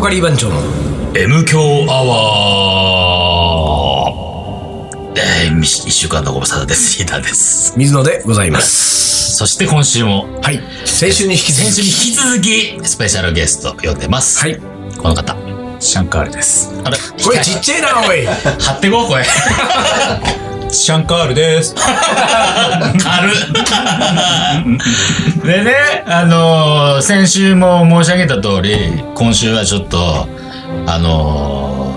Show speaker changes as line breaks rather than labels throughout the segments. カリー番長の
M 強アワーえー、み一週間のご無沙汰です。リーダーです。
水野でございます。
そして今週も、
はい。先週に引き
先
続
週
き。
に引き続き、スペシャルゲスト呼んでます。
はい。
この方。
シャンカールです。
あれ
これちっちゃいな、おい。
貼ってこう、これ。
シャンカールです。
軽っでね、あのー先週も申し上げた通り、今週はちょっと、あの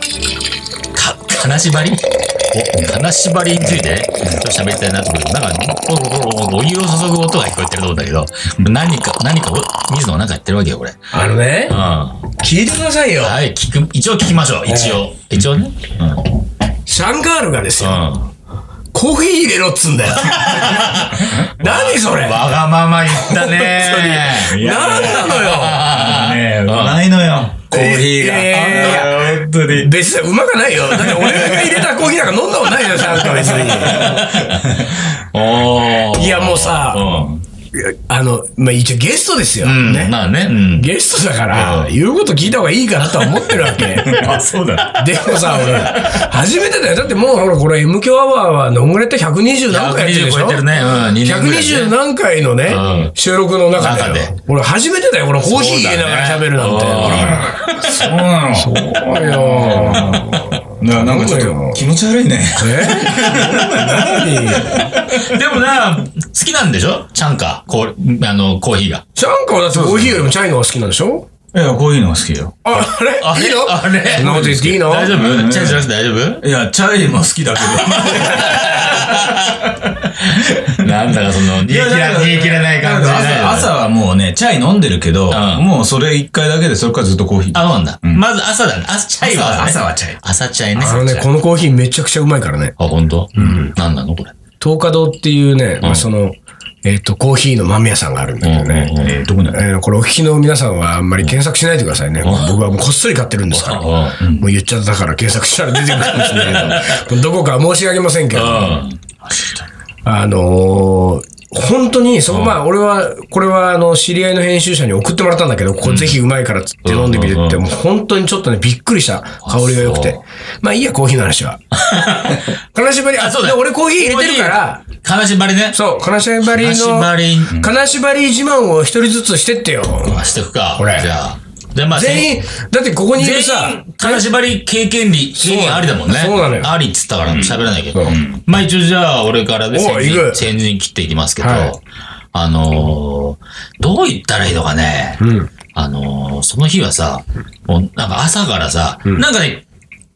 ーか、金縛りお金縛りについて、ちょっと喋りたいなと思って、なんか、おおおおお湯を注ぐ音が聞こえてると思うんだけど、何か、何か、お水野が何かやってるわけよ、これ。うん。
あのね、
は
聞いてくださいよ。
い、聞く、一応聞きましょう、一応。一応ね。うん。うん。
シャンカールがですよ、
わ
コーヒー入れろっつうん だよ。何それ
がまま言ったね。いや
何なのよ。
ねえ、うまいのよ。コーヒーが。
え
あんな本当に。
別にうまくないよ。だって俺が入れたコーヒーなんか飲んだことないよ、シャンカール別に。
おー
いや、もうさ、
うん。
あの、まあ、一応ゲストですよ。
うん、
ね。
まあね、うん。
ゲストだから、
うん
言うこと聞いた方がいいかなとは思ってるわけ。
あ、そうだ。
でもさ、俺、初めてだよ。だってもう、ほら、これ、M 響アワーは、どんぐらいやって120何回やってるでし
120超え
ょ
てるね。うん、2年ぐらいね
120何回のね、
うん
収録の中でよ
中で
俺、初めてだよ。このコーヒー入れながら喋るなんて。
そうなの。そう
そうよ。
ななんかちょっと気持ち悪いね。
え何
でもな、好きなんでしょチャンカ、こう、あの、コーヒーが。
シャンカはだってコーヒーよりもチャイの方が好きなんでしょ
いや、コーヒーのが好きよ。
ああれ
あれ
いいの
あれ
そんなこと言っていいの
大丈
う
夫
ん
チャンじゃなくて大丈
いや、チャイも好きだ け
夫 なんだかその、煮
ど。
え切ら、煮え切らない感じ。
んか朝朝。はもうね、チャイ飲んでるけど、
ん
もうそれ一回だけで、それからずっとコーヒー。
あ、そうなんだ。まず朝だね。朝、チャイは
朝は朝はチャイ
朝チャイね。
あのね、このコーヒーめちゃくちゃうまいからね。
あ、ほんとうん。なんなのこれ。
東華堂っていうね、ま
う
あ
ん
その、えっと、コーヒーの豆屋さんがあるんだけどね。
うんうんうん
えー、どこにある
えーこれお聞きの皆さんはあんまり検索しないでくださいね。僕はもうこっそり買ってるんですから。も
あ
う言っちゃったから検索したら出てくるかもしれないけ ど、どこかは申し上げませんけど、
うん。
あのー本当に、そこ、まあ、俺は、これは、あの、知り合いの編集者に送ってもらったんだけど、ここぜひうまいからっつって飲んでみるって、
うん
もう本当にちょっとね、びっくりした香りが良く
あ
て
そう。
まあ、いいや、コーヒーの話 は。金縛り、あ、
あ
そ
そうう
だ、
だ
で俺コーヒー入れてるから、
金縛りね。
そう、金縛り
金縛
の、
り。
金縛り自慢を一人ずつしてってよ。
あ、してくか。
これ
じゃあ。で、まあ、
全員、だってここにい
全
る
員
さ、、
金縛り経験理、経験ありだもんね。
そうなのよ
ありっつったから喋らないけど。
うん
うんまあ一応じゃあ、俺からで
おう
先
行
陣、
く
先陣切っていきますけど、
はい
あのーどう言ったらいいのかね。
ん
あのーその日はさ、もうなんか朝からさ、なんかね、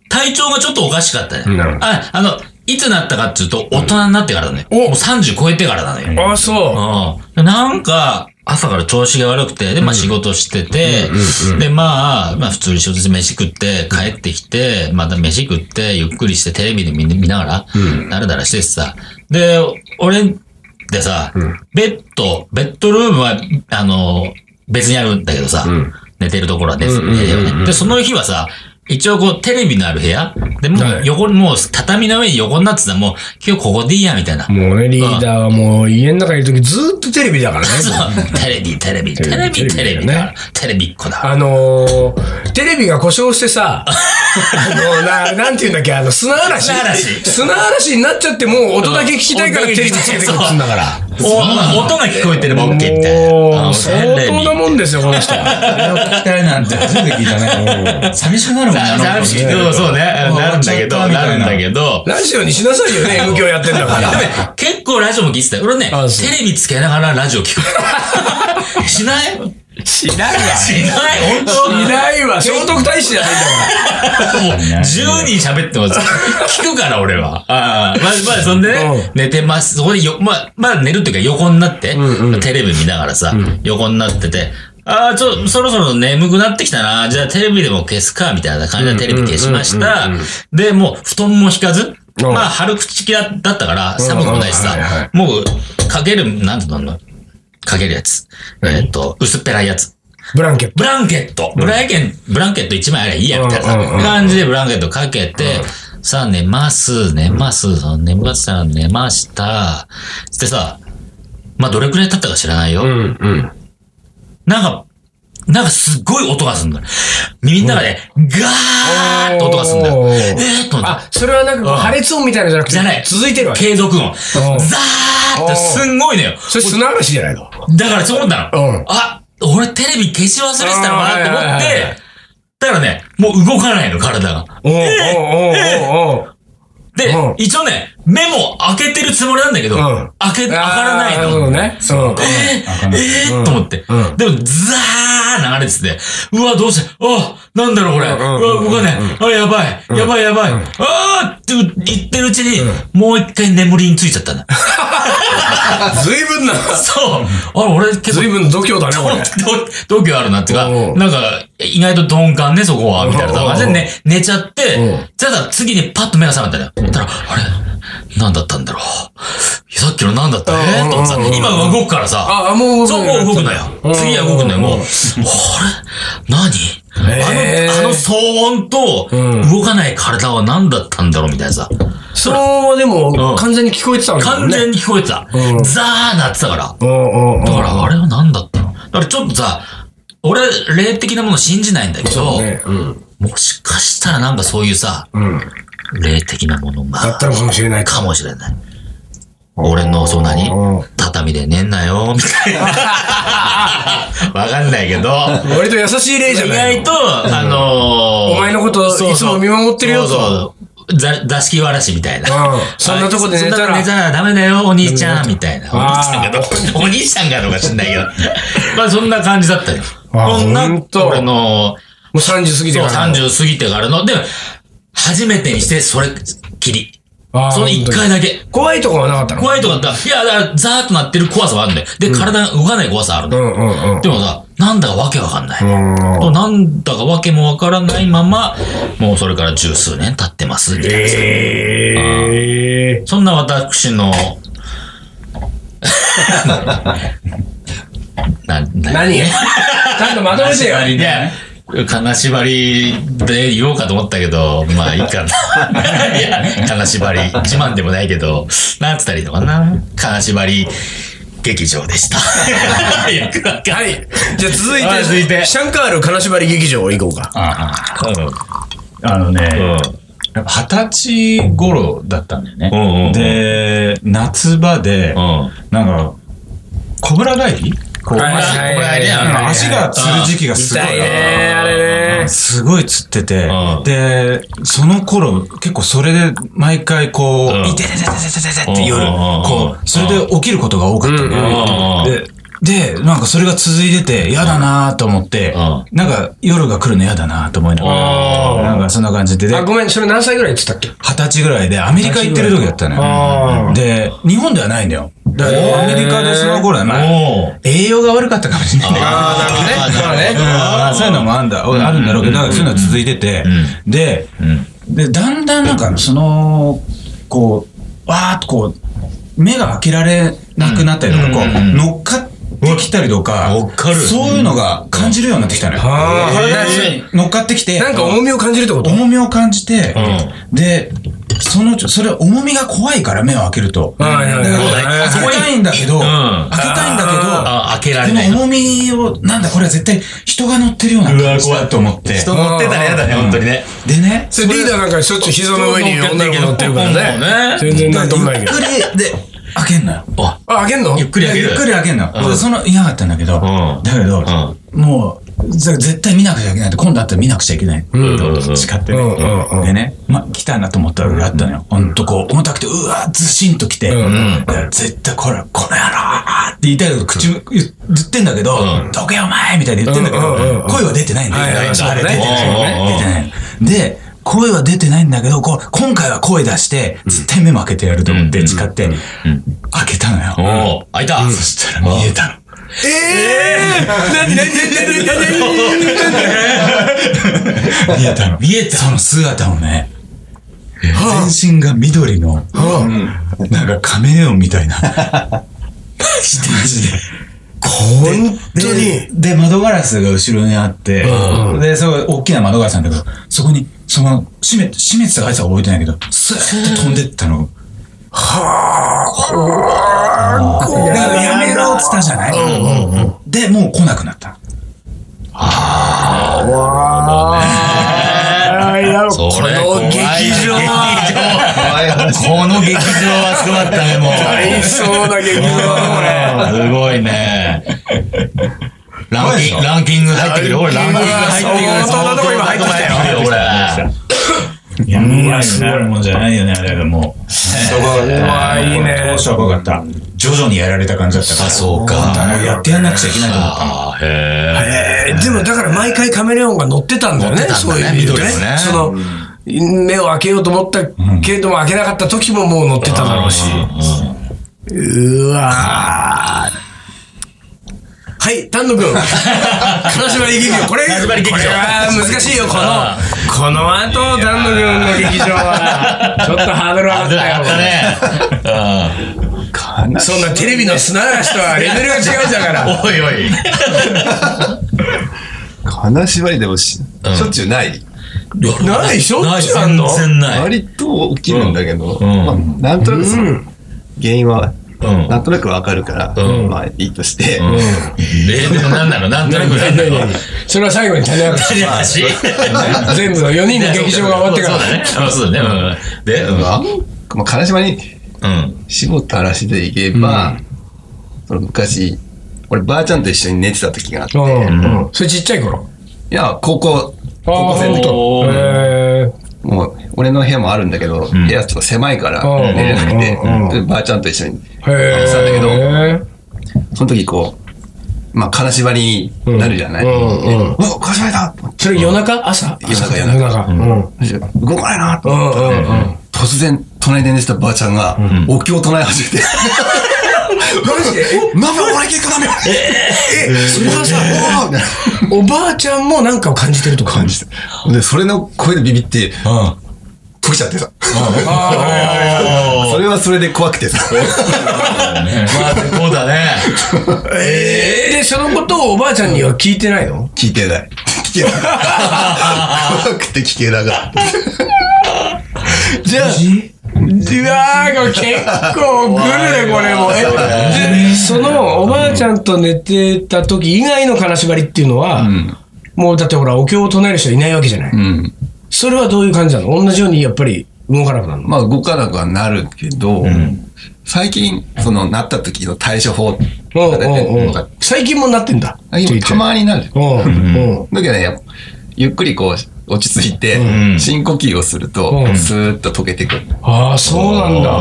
体調がちょっとおかしかったね。
うんなるほど
あ、あの、いつなったかっていうと、大人になってからだね。
うんお
もう30超えてからだね。
あ、そ
うん。なんか、朝から調子が悪くて、で、まあ仕事してて、で、まあ、まあ普通に仕事して飯食って、帰ってきて、また飯食って、ゆっくりしてテレビで見見ながら、だらだらしててさ。で、俺でさ、ベッド、ベッドルームは、あの、別にあるんだけどさ、寝てるところは寝てるよね。で、その日はさ、一応こう、テレビのある部屋で、も
は
う
い
横に、もう畳の上に横になってた、もう、今日ここでいいや、みたいな
う。。もうね、リーダーはもう家の中にいるときずーっとテレビだから ね。
そうテレビ、テレビ、テレビ、
テレ
テレ
ビ
ビ
ね
だ。テレビっ子だ。
あのー、テレビが故障して さ、あのな、なんていうんだっけ、あの、砂嵐。
砂嵐
砂嵐になっちゃって、もう音だけ聞きたいからテレビつけてくるっつうんだから。
お音が聞こえてれば OK みたいな。
も
あ
う、相
テレ
当
ビ
なもんですよ、この人。
あれを聞きたいなんて初めて聞いたね。寂しくなるもんね。
さ寂しいけど、そうね。なるんだけど、なるんだけど。
ラジオにしなさいよね、M 響やってんだから。
結構ラジオも聞いてたよ。俺ね、
あそう
テレビつけながらラジオ聞 く。しない
しないわ。
しない本当
し ないわ。聖徳太子じゃないんだか
もう、10人喋ってます。聞くから、俺は。ああ、まあ、まあ、そんで
うん
ね、寝てます。そこでよ、まあ、まあ、寝るっていうか、横になって、
うんうん
テレビ見ながらさ、横になってて、ああ、ちょ、そろそろ眠くなってきたな。じゃあ、テレビでも消すか、みたいな感じでテレビ消しました。で、もう、布団も引かず、
うん
まあ、春口だったから、寒くもないし
うんうんはいは
さ、もう、かける、なんていうのかけるやつ。えーっと、薄っぺらいやつ。
ら。ブランケッ
ブランケット、ブランケット、ブランケット1枚あればいいや、みたい
うんうんうん
な感じでブランケットかけて、さあ寝ます、寝ます、その寝ました、寝ました。でさ、まあどれくらい経ったか知らないよ。
ト。ん、うん。
なんか、なんかすっごい音がするんだ。耳の中で、ガーッと音がするんだ。
おー
えーっと思って
あ、それはなんかこう
うん
破裂音みたいなのじゃなくて、
じゃない
続いてるわけ。
継続音。ザーってすんごいのよ。
それ砂嵐じゃないの
だからそう思ったの。
うん
あ、俺テレビ消し忘れてたのかなと
あー
思
はいはい
っ
はいは
て、だからね、もう動かないの、体が。
おうおうおうおうおう
で
うん、
一応ね、目も開けてるつもりなんだけど、
うん
開け、開からない
あーなるほ
の。
どね。そう。
え
開か
ー、
ない
え
う
ー
ん
と思って。
うん
でも、ザー流れてて、うわ、どうして、あ、なんだろう、これ。う
うんうん
わ、
うん
動かねえ。あ、やばい。やばい、やばい。あーって言ってるうちに、もう一回眠りについちゃった んだ。
ずいぶんな、
そう。あれ、俺結構
ずいぶん度胸だね、これ。
ど、度胸あるなっていうか
う、ん
なんか、意外と鈍感ね、そこは、みたいな感じでね、寝ちゃって
うん、
ただ次にパッと目が覚めたのよ。たら、あれ何だったんだろう。さっきの何だったえ
うん
ーと思ってさ
うんうん
今は動くからさ、
あ、もう
そう、もう動くのよ。次は動くのよ、もう。あれ
へ
何あ
ー
の、あの騒音と、
うん
動かない体は何だったんだろう、みたいなさ。
そう、で
うん
も、完全に聞こえてたわけだも
完
んね。
全に聞こえてた。
う
ザ
ん
ーなってたから。
うんうんうん。
だから、あれは何だったのだからちょっとさ、俺、霊的なもの信じないんだけど、
ね。うん。
もしかしたらなんかそういうさ、
うん。
霊的なもの
だっ
が、
たのかもしれない。
かもしれない。俺の、そう何
うん
畳で寝んなよ、み たいな。わかんないけど、
割と優しい例じゃ
意
ない
外
の
と、あのー
お前のこといつも見守ってるよと
そうそう。ざ座敷わらしみたいな。
うんそんなとこで寝たら
そんなとこ寝たらダメだよ、お兄ちゃん、みたいな。お兄ちゃんがど
あ
う、お兄ちゃんがどうか知んないけど。 まあそんな感じだったよ。
あ
こんな
ほんと
俺の、
もう30過ぎて
そう、
から。
30過ぎてからの、でも、初めてにして、それっきり。
あー
その一
本当
回
に
だけ。
怖いとこはなかったの
怖いとかだった。いや、だから、ザーッとなってる怖さはあるんだよ。で、体が動かない怖さはあるんだ
う
よ。
んうんうん。
でもさ、なんだかわけわかんない。
うん
なんだかわけもわからないまま、もうそれから十数年経ってます、みたいなさ。
ええ
そんな私 の、な、な、
何ちゃんとまとめてよ。
い
いや、金縛りで言おうかと思ったけど、まあいいかな。 いや、金縛り、自慢でもないけど、なんつったらいいのかな。金縛り劇場でした。 よくわかんない。
はい。じゃあ続い
は
て、
い続いて
シャンカール金縛り劇場行こうか。
あ
うん
ああのね、
うん
やっぱ二十歳頃だったんだよね。
うんうんうん
で、夏場で、
うん。
なんか、コブラ帰りこう、
はいは
足
いはい
これあれ
うん
や
足がつる時期がすごい。
痛いね、あれね。
すごいつってて
うん、
で、その頃、結構それで毎回こ
うん
う、いてててててててって夜
うんうんうん、
こう、それで起きることが多かったの
うんうん
よで、で、なんかそれが続いてて、嫌だなと思って
うん、
なんか夜が来るの嫌だなと思いなが
うん
ら、なんかそんな感じで、で
あ、ごめん、それ何歳ぐらいって言ったっけ
二十歳ぐらいでアメリカ行ってる時だったの
あー
よ。で、日本ではないんだよ。だからアメリカでその頃は、まあ、
おー
栄養が悪かったかもしれないんだけど。
あー
なるほどね
うんまあそういうのもあるんだ、あるんだろうけど、なんかそういうのは続いてて、で、
うん
で、だんだんなんか、その、こう、わーっとこう、目が開けられなくなったりとか、
うん
こう、
うんうん
乗っかってきたりとか、
乗っかる
そういうのが感じるようになってきたのよ。
はー
体に乗っかってきて、
なんか重みを感じるってこと
重みを感じて、で、その、それ重みが怖いから目を開けると。
はいはいはい
だか
そ
ら
うだね
開けたいんだけど、
うん
開けたいんだけど、
あ、開けら
で
れない
も重みを、なんだこれは絶対人が乗ってるような感じだと思って。
人乗ってたら嫌だね、本当にね。
でね、
それリーダーなんかしょっちゅう膝の上に女の子乗ってるからね。
そう
全然なんともな
ゆ
い
っ
けど
く。りで開けんのよ。
あ、
あ、開けんの
ゆっくり開け
ゆ
る。
っくり開けんの。
うん
その嫌だったんだけど、
ん
だけど、もう、ぜ絶対見なくちゃいけないって、今度あったら見なくちゃいけない。
ん
どっちかってね。
うんうんうん
でね、まあ、来たなと思ったら裏あったのよ。ほんとこう、重たくて、うわずしんと来て、
うん
だから絶対これ、この野郎って言いたいけど、口、言ってんだけど、どけよお前みたいに言ってんだけど、
うんうんうん
声は出てないんだよ。
はいはいはい
あれ出てない
そうね
出てない。で、声は出てないんだけど、こう、今回は声出して、絶対目も開けてやると思って、誓って、開けたのよ。
おお開いた。
そしたら見えたの。
ええなになになになになに
見えたの。
見えた
その姿をね、全身が緑の、なんかカメレオンみたいな。マジで。
本当
で
に。、
で、窓ガラスが後ろにあって、で、そこ、大きな窓ガラスなんだけど、そこに、その、閉め、閉めてたかあいつは覚えてないけど、スーッと飛んでったの。はぁ、やめろっつったじゃないで、もう来なくなった。
わあ、いや、こ
それ
の
怖い
劇場
この劇場はすごかったね、 もう。
大層な劇場だね、これ。
すごいね。ランキング、ランキング入ってくるよ。俺、ランキング入ってくる。
相当なとこ今入ってきたよ
相当なとこ入ってくるよ、
いや、うまいになるもんじゃないよね、あれがもう。そこ
は
はい
いね
当初は怖かった。徐々にやられた感じだったから。
あそうか
もうやってやんなくちゃいけないと思ったの。
あーへー
えーでもだから毎回カメレオンが乗ってたんだよね、
乗ってたん
そ
だ
う
ね
いう意味で
緑のね
その、目を開けようと思ったけれども、開けなかった時ももう乗ってただろうし。うわーはい、丹野くん。金縛り劇場。これ、
金縛り劇場
これは難しいよ、この、この後、丹野くんの劇場は、ちょっとハードル上が
あ
っ
でも
た
や
よ
っ。たね。うん
そんなテレビの砂嵐とはレベルが違うじゃんから。
おいおい。
金縛りでもし,、
ん
しょっちゅうない。
ないしょっちゅうあんの
ない全然ない。
割と起きるんだけど、
んうん
まあ、なんとなくその、原因は、
うん
なんとなくわかるから、
うん
まあいいとして、
うん。え、でもなんなのなんとなくなんなの
それは最後に種明かし。
何の話
全部の4人の劇場が終わってから。
そうだね。そうだね。うんで、うん。
まあ、まあ金縛りに
うん。
絞った話でいけば、その昔、俺ばあちゃんと一緒に寝てた時があって、
うん。それちっちゃい頃。
いや、高校、
あ
高
あ、
校
ほ
生の
ん
時、
と。へー
もう、俺の部屋もあるんだけど、部屋ちょっと狭いから
うん
寝れなくて
うん、
でばあちゃんと一緒に、
へ
そうだけど
ー
その時こう、まあ、金縛りになるじゃない、
う
うん
うんうん
わ、金縛りだと思って
それ夜中朝
夜中
夜中。うん。うん
動かないなと
う
思って、
んうん。
突然、隣で寝てたばあちゃんが、お経を唱え始めて、
マジで
ママ、俺結構ダメ
え、それはさ、
おーみたいな
おばあちゃんもなんかを感じてるとか。
感じて。で、それの声でビビっ
う
て、
ん。
解けちゃってさ。
おー
それはそれで怖くてさ。
まあ、こうだね。
えーで、そのことをおばあちゃんには聞いてないの
聞いてない。聞けなか った。怖くて聞けなかった。
じゃあ、うわー、結構来るね、これも。 え、でその、おばあちゃんと寝てた時以外の金縛りっていうのは、もうだってほら、お経を唱える人いないわけじゃない。
うん。
それはどういう感じなの同じようにやっぱり動かなくなるの
まあ動かなくはなるけど、最近、その、なった時の対処法
おう
が出て
おう
る
お
の
う
が、
最近もなってんだ。
あ今たまになる。
おうおう
だけどね、やっぱゆっくりこう、落ち着いて、
ん
深呼吸をすると
う、ん
スーッと溶けてくる。
ああ、そうなんだ。
ああ、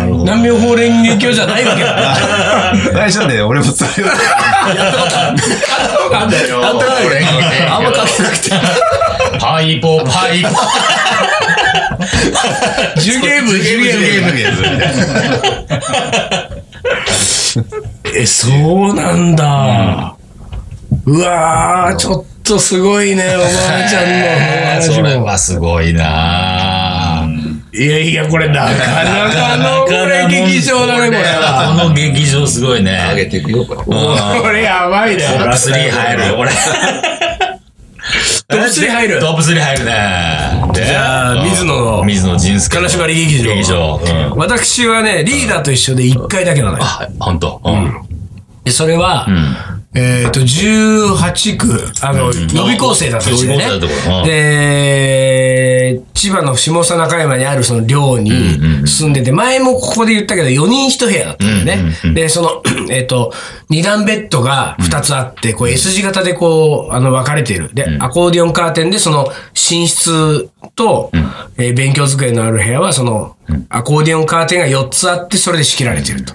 なるほど。
南明法蓮華経じゃないわけだ。
最初ね、俺もそれを、
なんだよ。
あんたがねあんまかけなくて。
パイポ、パイポ。
受験部、受験部。え、そうなんだ。うわー、ちょっとすごいね、おばあちゃん の
それ
話も。
はすごいなあ
いやいや、これなかなかの、これ劇場だね、これ は。
この劇場すごい
上
ね。
げていくよ、これ。
これやばいね。
トップ3入るよ、俺。
トップ3入る
トップ3入るね。
じゃあ
うん
水野の
水野仁介。
金縛り劇場
劇場。うん。
私はね、リーダーと一緒で1回だけなのよ。
あ、ほんと。うん。
で、それは、えっと、18区、あの、予備校生だったんですよね
予備校生だったところうん。
で、千葉の下総中山にあるその寮に住んでて、前もここで言ったけど、4人1部屋だったんだよね。で、その、 えっと、2段ベッドが2つあって、こう S 字型でこう、あの、分かれている。で、アコーディオンカーテンで、その、寝室と、えー勉強机のある部屋は、その、アコーディオンカーテンが4つあって、それで仕切られていると。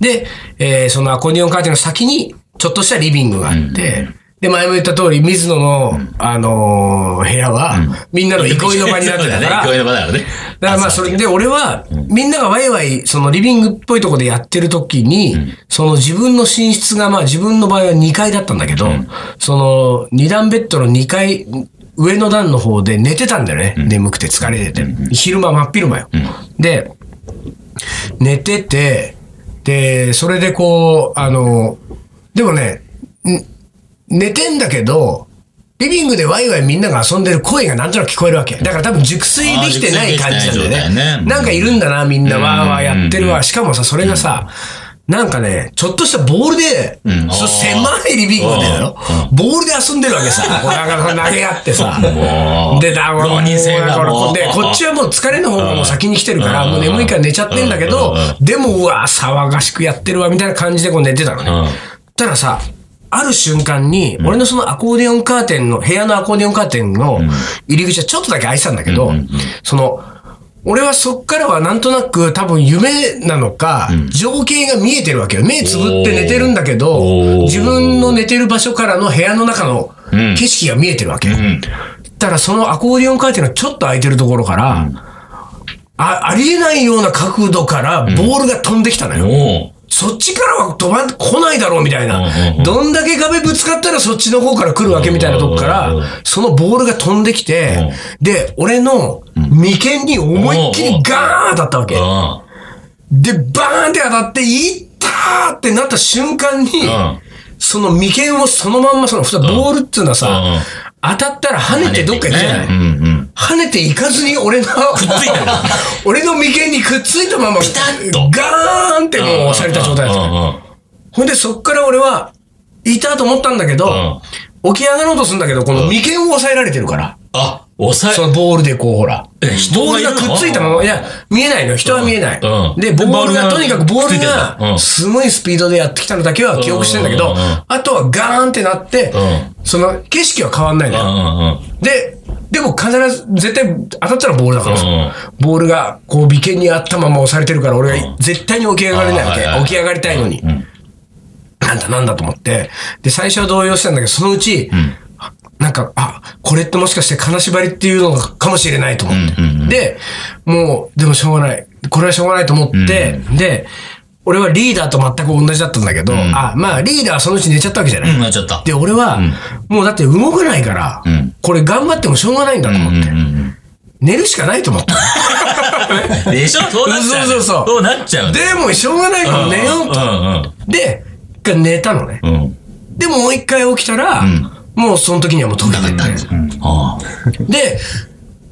で、えーそのアコーディオンカーテンの先に、ちょっとしたリビングがあって、で、前も言った通り、水野の、あのー部屋は、みんなの憩いの場になってたか ら、
憩いの場だよね。
だからまあそれで俺は、みんながワイワイ、そのリビングっぽいとこでやってる時に、その自分の寝室がまあ自分の場合は2階だったんだけど、その2段ベッドの2階、上の段の方で寝てたんだよね。眠くて疲れてて。昼間、真っ昼間よ。で、寝てて、で、それでこう、あの、でもね、ん寝てんだけど、リビングでワイワイみんなが遊んでる声がなんとなく聞こえるわけ。だから多分熟睡できてない感じなんだよ
あー熟睡できてない状態
ね。
ね
なんかいるんだな、みんなわーわーやってるわ。しかもさ、それがさ、なんかね、ちょっとしたボールで、
ん
そ狭いリビングでだよ、ボールで遊んでるわけ さ。こうなんか投げ合ってさ。で、だから
浪人生がもう
で、こっちはもう疲れの方がもう先に来てるから、
うん
もう眠いから寝ちゃってんだけど
うん、
でも、うわ、騒がしくやってるわ、みたいな感じでこう寝てたのね。
うん
たださ、ある瞬間に、俺のそのアコーディオンカーテンの、部屋のアコーディオンカーテンの入り口はちょっとだけ開いてたんだけど、その、俺はそっからはなんとなく多分夢なのか、情景が見えてるわけよ。目つぶって寝てるんだけど
おー、
自分の寝てる場所からの部屋の中の
うん
景色が見えてるわけよ。
うん。
ただそのアコーディオンカーテンのちょっと開いてるところから、あありえないような角度からボールが飛んできたのよ。
おう
そっちからは飛ばん、来ないだろうみたいな
うんうんう。ん
どんだけ壁ぶつかったらそっちの方から来るわけみたいなとこか
うんうんう
ら
ん、
そのボールが飛んできて、で、俺の眉間に思いっきりガーン当たったわけ。
うん。
で、バーンって当たって、いったーってなった瞬間に
ん、
その眉間をそのまんま、その、普通ボールっていうのは
うんう
さ、
ん
当たったら跳ねてどっか行くじゃない
うんうん。
跳ねていかずに俺の、
ついた の
俺の眉間にくっついたまま、ピ
タッと
ガーンってもう押された状態だった。
うんうん。
ほんで、そっから俺は、いたと思ったんだけど、起き上がろうとするんだけど、この眉間を抑えられてるから、
あ、抑え、
そのボールでこう、ほら。
え人
ボー
が
ル
いる
が
の
くっついたまま、いや、見えないの、人は見えない。
うんうん
で、ボールが、
でボールが
とにかくボー
くっつ
ル
いてんだう
が、
ん
すごいスピードでやってきたのだけは記憶してんだけど、
うんうんうん
あとはガーンってなって
ん、
その景色は変わんないの
う
よ。
んうんうん。
で、でも必ず、絶対当たったらボールだからさ
うん
ボールがこう眉間にあったまま押されてるから、俺
う
が
ん
絶対に起き上がれないわ
あーはいはいは
け。
い
起き上がりたいのに。なんだなんだと思って。で、最初は動揺してたんだけど、そのうち、なんか、あ、これってもしかして金縛りっていうのかもしれないと思って。
うんうんうん
で、もう、でもしょうがない。これはしょうがないと思って、で、俺はリーダーと全く同じだったんだけど、あ、まあリーダーはそのうち寝ちゃったわけじゃない。
うん、なっちゃった。
で、俺は、もうだって動かないから、
ん
これ頑張ってもしょうがないんだと
うん
思って、
うん
寝るしかないと 思った。
うん。でしょそうなっちゃ
そう
う。
そうそう
そうなっちゃう。
でもしょうがないから
うん、
寝ようと。で、一回寝たのね。
うんうん。うん。
で、もう一回起きたら、もうその時にはもう飛び出たんです
あ
で、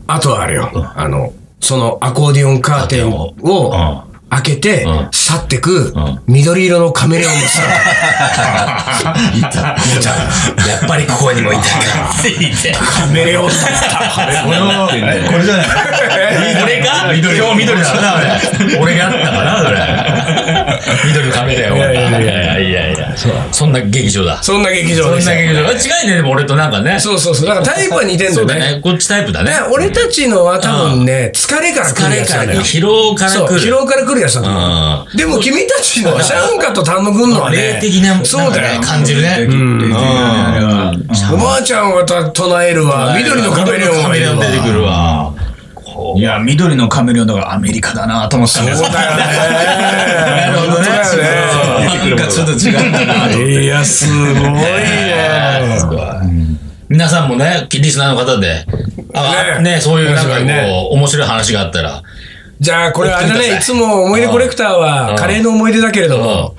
あとはあれよ、あの、そのアコーディオンカーテンを
カーテンを
開けて、
うん
去ってく
ん
緑色のカメレオンの姿。
あ。いた。いた。やっぱりここにもいた。 ついて。
カメレオンだ った。
これは、これじゃない。
俺が今日緑だったな、俺。俺があったかな、それ。緑の髪だよ、
いやいやいや
いやいやいや。そんな劇場だ。そ
そんな劇場
んな
でした。
劇場だ。違いね、でも俺となんかね。
そうそうそう。だからタイプは似てんだ
そ
よ
うだ
ね。
ね。こっちタイプだね
ね。俺たちのは多分ね、疲れから来
疲
る
れ
やつ
か
だ
ら
よ。
疲労から
そう、
来る。
疲労から来るやつだと思う。
う
でも君たちのは、シャンカと丹野くんのはね
霊、的な、
そうだよ
なんかね。感じるね。
うん。あれは。
おばあちゃんはた唱えるわ、緑のカメレオン
カ
は
メ
い
レ
る
オン
わ。
出てくるわ。
いや、緑のカメレオンだからアメリカだなと思ってたんです
そうだよね。な
るほどね
なんかちょっと違ったなと思っ
いや、すごいね。
皆さんもね、リスナーの方で、あ
ね
ね、そういうなんかこ
確かにね
う、面白い話があったら、
じゃあ、これあれだ
送ってく
ね、い
だ
つ
さ
も思い出コレクターは、カレーの思い出だけれども、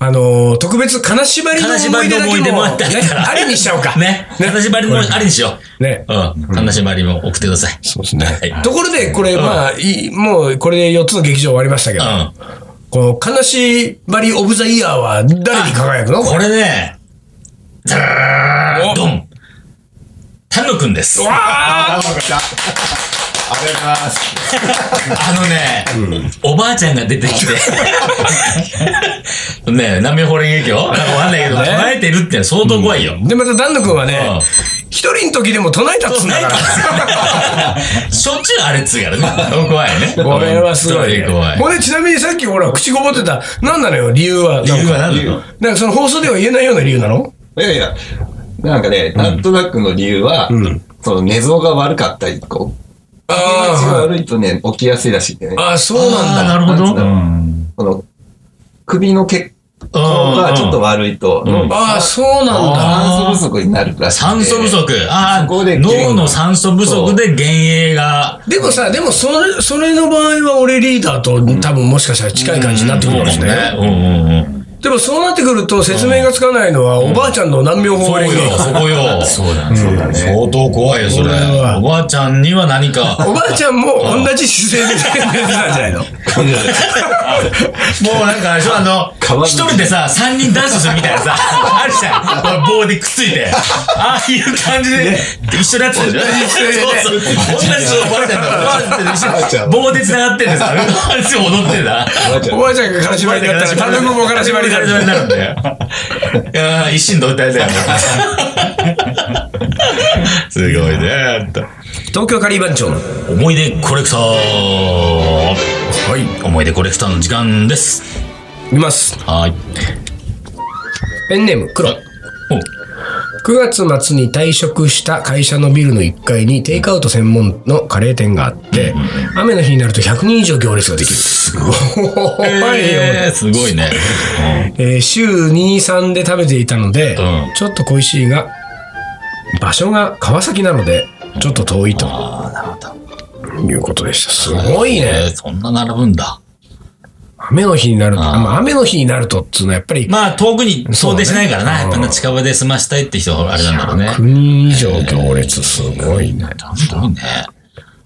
あの、特別、金縛りの
金
思
縛
い
り
出
の
だ
思い
け
出
も、
もあった
ね
から。
ありにしちゃおうか。
ね。金縛りもありにしよう。
ね。
うん。金縛りも送ってください。
そうですね。
はい
ところで、これ、まあ、いいもう、これで4つの劇場終わりましたけど、
う
この、悲しばりオブザイヤーは誰に輝くの
ん。これね、ザラ
お
ードン丹野くんです。
うわー
りがとうございます。
あのね、おばあちゃんが出てきて、ね、南米法令劇をなんかわかんないけど、
ね
唱えてるって相当怖いよ。
で、また、丹野くんは
う
ね
ん、
一人の時でも唱えたっつうんだから。
しょっちゅうあれっつうか らね。怖いね。
これはすごい、ね。
本当に怖い。
これちなみにさっきほら、口ごもってた、何なのよ、理由は。
理由は
なんか
何なの
なんかその放送では言えないような理由なの
いやいや、なんかね、なんとなくの理由は、その寝相が悪かったり、こう、気持ちが
あ
悪いとね、起きやすいらしいんでね
あ、。ああ、そうな
あ
ん
ー
だ。
なるほど。
う
うん
その、首の血行がちょっと悪いと、脳が
ああ、そうなんだ。
酸素不足になるらしいん
酸
で。
素不足。ああ、
そこで
脳の酸素不足で幻影が。
でもさ、でもそれ、それの場合は俺リーダーと多分もしかしたら近い感じになってくるかもしれない。
うんうんうん。
でもそうなってくると説明がつかないのは、おばあちゃんの難病法
そう
令
よ、そこよ。
そうだね。そうだね。
相当怖いよ、そ
こ
れ。
れは
おばあちゃんには何 か。
おばあちゃんも同じ姿勢で出てたんじゃないの
もうなんかあれでしょ、あの、
かわいい
一人でさ、三人ダンスするみたいなさ、 あるじゃん。棒でくっついて。ああいう感じで、一緒になってたじゃん。そうそう。同じ人バレてんだ。棒で繋がってんでさ、あれ踊ってんだ。
おばあちゃんが金縛りだったら、単独も金縛りになる。
になるんだよ。いやー一心同体だよ。すごいね、あんた
東京カリー番長の。
思い出コレクターはい。思い出コレクターの時間です。
います。
はい。
ペンネーム、黒。
お
9月末に退職した会社のビルの1階にテイクアウト専門のカレー店があって、雨の日になると100人以上行列ができる。すごいよ。
えー、すごいね。
えー週2、3で食べていたので、
うん
ちょっと恋しいが、場所が川崎なので、ちょっと遠いと
ああ、なるほど。
いうことでした。すごい
え
ね。
ーそんな並ぶんだ。
雨の日になると、
あー
まあ雨の日になるとっつうのはやっぱり、
まあ、遠くに想定しないからな。
そう
や
だね
っぱな近場で済ましたいって人はあれなんだろうね。
9人以上行列、すごいね。
なんだろうね。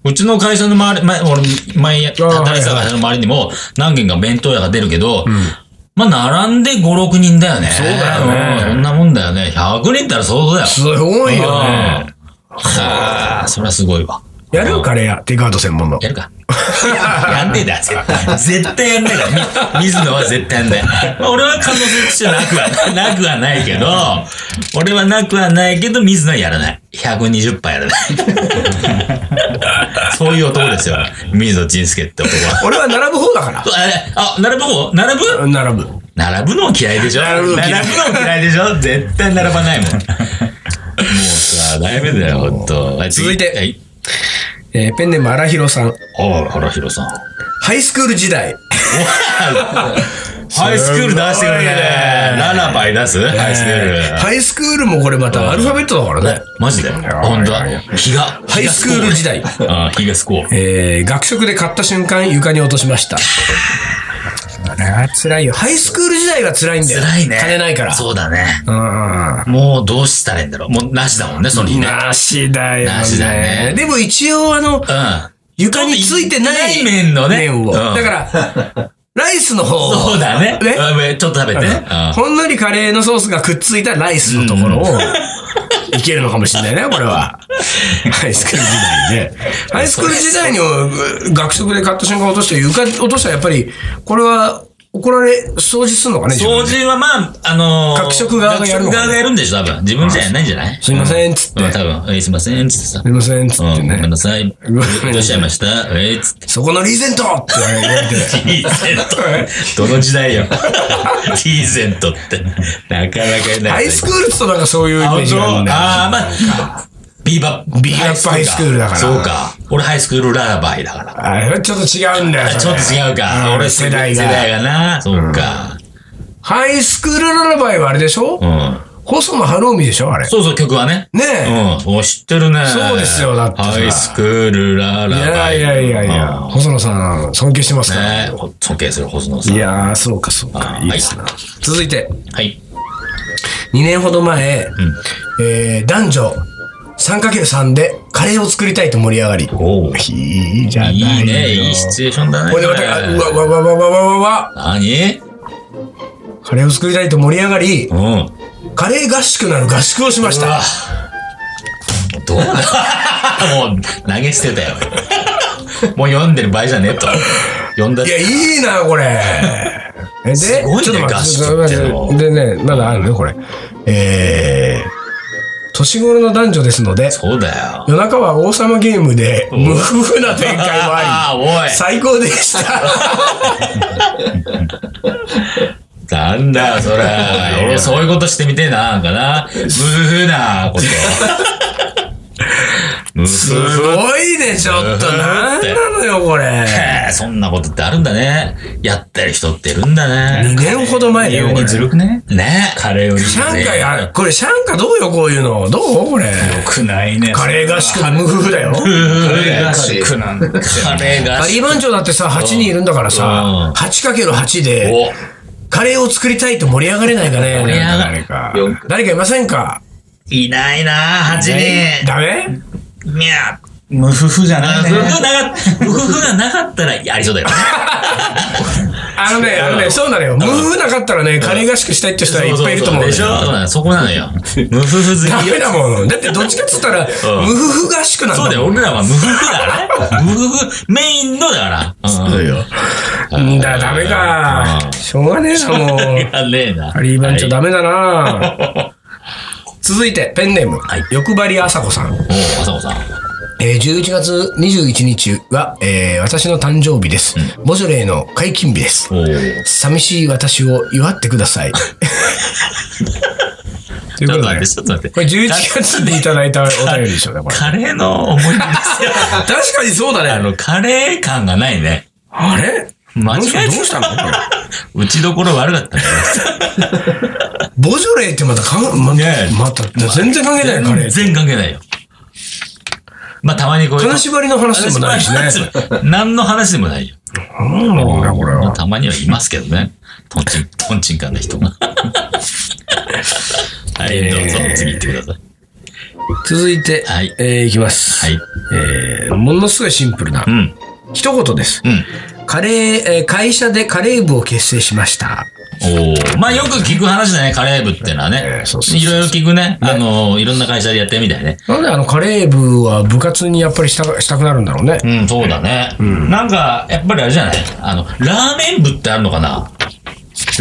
うちの会社の周り、前、俺、前や、
ああ
働いてた
はいはい
会社の周りにも、何軒か弁当屋が出るけど、まあ、並んで5、6人だよね。そう
だよね
んそんなもんだよね。100人ったら相当だよ。
すごいよね。
はあ、そりゃすごいわ。
やるカレー屋、テイクアウト専門の。
やるか。やんねえだ、絶対。絶対やんねえから。み水野は絶対やんねえ。まあ、俺は可能性としてはなくは、なくはないけど、俺はなくはないけど、水野はやらない。120杯やらない。 そういう男ですよ。水野仁介って男は。
俺は並ぶ方だから。
あ、あ並ぶ方並ぶ
並ぶ。
並ぶの嫌いでしょ
並ぶ
並ぶ
の
の
嫌い
嫌いでしょ絶対並ばないもん。もうさ、だいぶだよ、ほんと。はい
続いて。
はい。
えーペンネーム荒広さん。
ああ、原弘さん。
ハイスクール時代。
ハイスクール出してくれね。ララバイ出すハイスクール。
ハイスクールもこれまたアルファベットだからね。
マジで本当だ。日が。
ハイスクール時代。
ああ、日がすこう。
えー学食で買った瞬間床に落としました。辛いよ。ハイスクール時代は辛いんだよ。
辛いね。
金ないから。
そうだね。
うん。
もうどうしたらいいんだろう。もうなしだもんね、その日ね。
なしだよ、ね。
なしだね
でも一応あの、
うん。
床についてな
ちょ
い
っとない麺のね
麺を。
うん
だ から、ライスの方を。
そうだね。
ね
うんちょっと食べて。うん
ほんのりカレーのソースがくっついたライスのところを、いけるのかもしれないね、これは。ハイスクール時代ね。ハイスクール時代にう学食で買った瞬間落として、床落としたらやっぱり、これは怒られ、掃除するのかね、自分
掃
で
除はまあ、あのー、
学食側がやるのかな
学食側がやるんでしょ、多分。自分じゃやんないんじゃない
すいません、つって。
うん、多分。えーすいません、つってさ
す。いません、つ
う
っ
ん
て
ごめ
ね
ん。なさい。
ごめんなさい
どうしちゃいましたえー、つ って。
そこのリーゼントって言われて。
リーゼント。 どの時代よ。リーゼントって。なかなかいない。
ハイスクールっつうとなんかそういうイメージがあるんだよ。
ああー、まあ、ビーバッ
ビーバップハイスクールだから
そうか。俺ハイスクールララバイだから。
あれはちょっと違うんだよ。
ちょっと違うか。
俺
俺
世
世
代
代
が
が。世代がな。そうか。
ハイスクールララバイはあれでしょ
うん。
細野晴臣でしょあれ。
そうそう、曲はね。
ねえ
うん。お知ってるね。
そうですよだってさ
ハイスクールラ
い
ラ
や
バイ。
いやいやいや、
うん
細野さん、尊敬してますから。
ねえ尊敬する細野さん。
いやー、そうかそうか。
あー
いいですな。続いて、
はい。
2年ほど前、えー男女 3×3 でカレーを作りたいと盛り上がり。
おう
いいじゃない
い
の
いね。いいシチュエーションだね。
これでま
それ
た、うわわわわわわわわ、
何
カレーを作りたいと盛り上がり
う、ん。
カレー合宿なる合宿をしまし
うわ
た。
どうな もう投げ捨てたよ。もう読んでる場合じゃねえと。読んだ
いや、いいな、これ。えで、
すごいね
ちょっと待って
合宿っての
ちょっと待ってでね、まだあるのよ、これ。えー、年頃の男女ですので、
そうだよ。
夜中は王様ゲームで無風な展開もあ
あーおい
り、最高でした。
なんだよ、それ。俺そういうことしてみてえな、なんかな。無風なこと。無
す
風
ごいね、ちょっと。なんなのよ、こ れ。
へえそんなことってあるんだね。やってる人っているんだ
2
ね。
年ほど前だ
理
よ、
由
こ
に
れ。
ず
シャン
るくね
ね
カレーより。
カ
ね
や、これシャンカどうよ、こういうの。どうこれ。
よくないね。
カレー合宿無風だよ。
無
カ
風
レー
が
合宿なんだよ。
カレーが
カリー番長だってさ、8人いるんだからさ、
うん
8×8 で、
お
カレーを作りたいと盛り上がれないかね。
盛り上が
誰か
よ。
誰かいませんか
いないなぁ、8人。
ダメ
いや、
無夫婦じゃない
夫
ね。
婦なか、夫婦がなかったら、やりそうだよね。
あのね、あのね、そうなのよ。無夫婦なかったらね、カレー合宿したい って人はいっぱいいると思うのよ
でしょそうなのそこな のよ。無夫婦好
ダ
き
メ
よ。
だもん。だってどっちかっつったら、
ん
無夫婦合宿なんだもん。
そうだよ、俺らは無夫婦だ からね。無夫婦、メインのだから。そうよ。
うんだ、ダメか。しょうがねえな、もう。
やねえな。
ハリー番長
はい
ダメだな続いて、ペンネーム、
い
欲張りあさこさん。
おう、朝子さん。
えー11月21日は、えー私の誕生日です。ボジョレーの解禁日です。
おう。
寂しい私を祝ってくだ さい。ということで
ちょっと待って、、ちょっと待って。
これ11月にいただいたお便りでしょうね、これ。
カレーの思い出ですよ。
確かにそうだ
あ
ね。
の、カレー感がないね。
あれ
間違え
どうしたのこれ
打ちどころ悪かったね。
ボジョレーってまたかん、ま
ねえ
また、全然関係ないよ、カレー
全。然関係ないよ。まあ、たまにこういう。
金縛りの話でもないしね。
何の話でもないよ。
なんだろうね、これ
まあ
は。
たまにはいますけどね。トン チン、トンチンカンな 人が。はい、どうぞ、次行ってください。
続いて、
はい
えーいきます。
はい。
えーものすごいシンプルな
う。ん。
一言です。
うん。
カレー、えー会社でカレー部を結成しました。
おーまあよく聞く話だね、カレー部ってのはね
え。ーそうそうそう
いろいろ聞くね。あのー、いろんな会社でやってるみたいね。
なんであのカレー部は部活にやっぱりしたしたくなるんだろうね。
うん、そうだね。なんか、やっぱりあれじゃないあの、ラーメン部ってあるのかな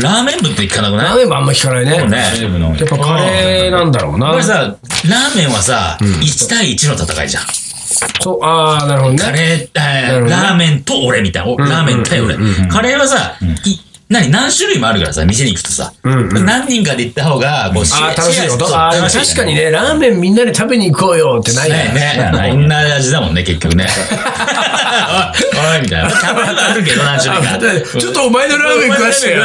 ラーメン部って聞かなく
ラ
な
ー
い
メンもあんま聞かないね。
そうね。
の
やっぱカレーなんだろう
こ
な
れ。さ、ラーメンはさ、1対1の戦いじゃん。
そう、ああ、なるほど
カ
ね。
レー、え
る
ー
ほどね
ラーメンと俺みたいな。おラーメン対俺。カレーはさ、い何、何種類もあるからさ、店に行くとさ、何人かで行った方が、こう、シェ
あ
ア
あ、楽しいこと
そう
ああ、でも
楽しい
確かにね、ラーメンみんなで食べに行こうよってないね。
ねね、同じ味だもんね、結 局ね。おいおい、みたいな。たまにあるけど、何種類
あ
か。
だちょっとお前のラーメン食わしてよ。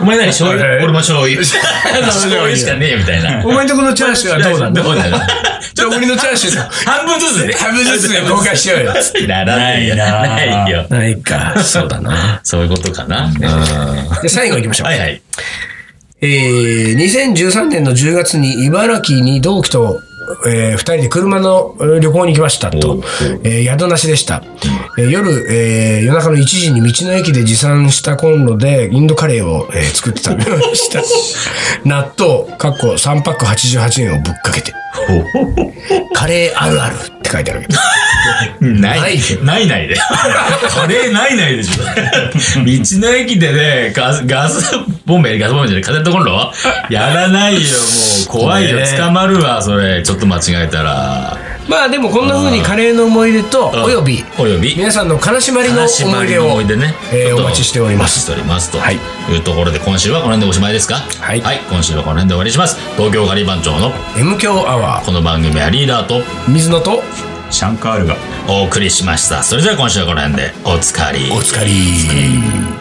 お前何醤油
はい
俺も醤 油。醤油しかねえみたいな。
お前んとこのチャーシューはどうなんだ
どうな んだ
じゃあ俺のチャーシューだ。
半分ずつね。
半分ずつで公開しよう よ。
いらないよ。ないよ。
ないか。そうだな。
そういうことかな。は
で、最後行きましょう。
いはい。
えー、2013年の10月に茨城に同期と、えー、2人で車のえー旅行に行きましたと、えー、宿なしでした、えー夜、えー、夜中の1時に道の駅で持参したコンロでインドカレーを、えー作って食べました納豆かっこ3パック88円をぶっかけてカレーあるあるって書いてあるけど
ない。ないないで。カレーないないでしょ。道の駅でね、ガス、ガスボンベ、ガスボンベじゃない、カセットコンロやらないよ、もう。怖いよ。
ね
捕まるわ、それ。ちょっと間違えたら。
まあでもこんな風にカレーの思い出とおよび
および。
皆さんの悲しまりの思い出を
思い出ね。
えー
ちょっと
お待ちしております
お待ちしておりますと。
はい
いうところで、今週はこの辺でおしまいですかはい今週はこの辺で終わりにします。東京ガリバン長の
M 強アワ
この番組はリーダーと
ー水野と
シャンカールが。
お送りしました。それでは今週はこの辺で、おつかり。
お疲れ。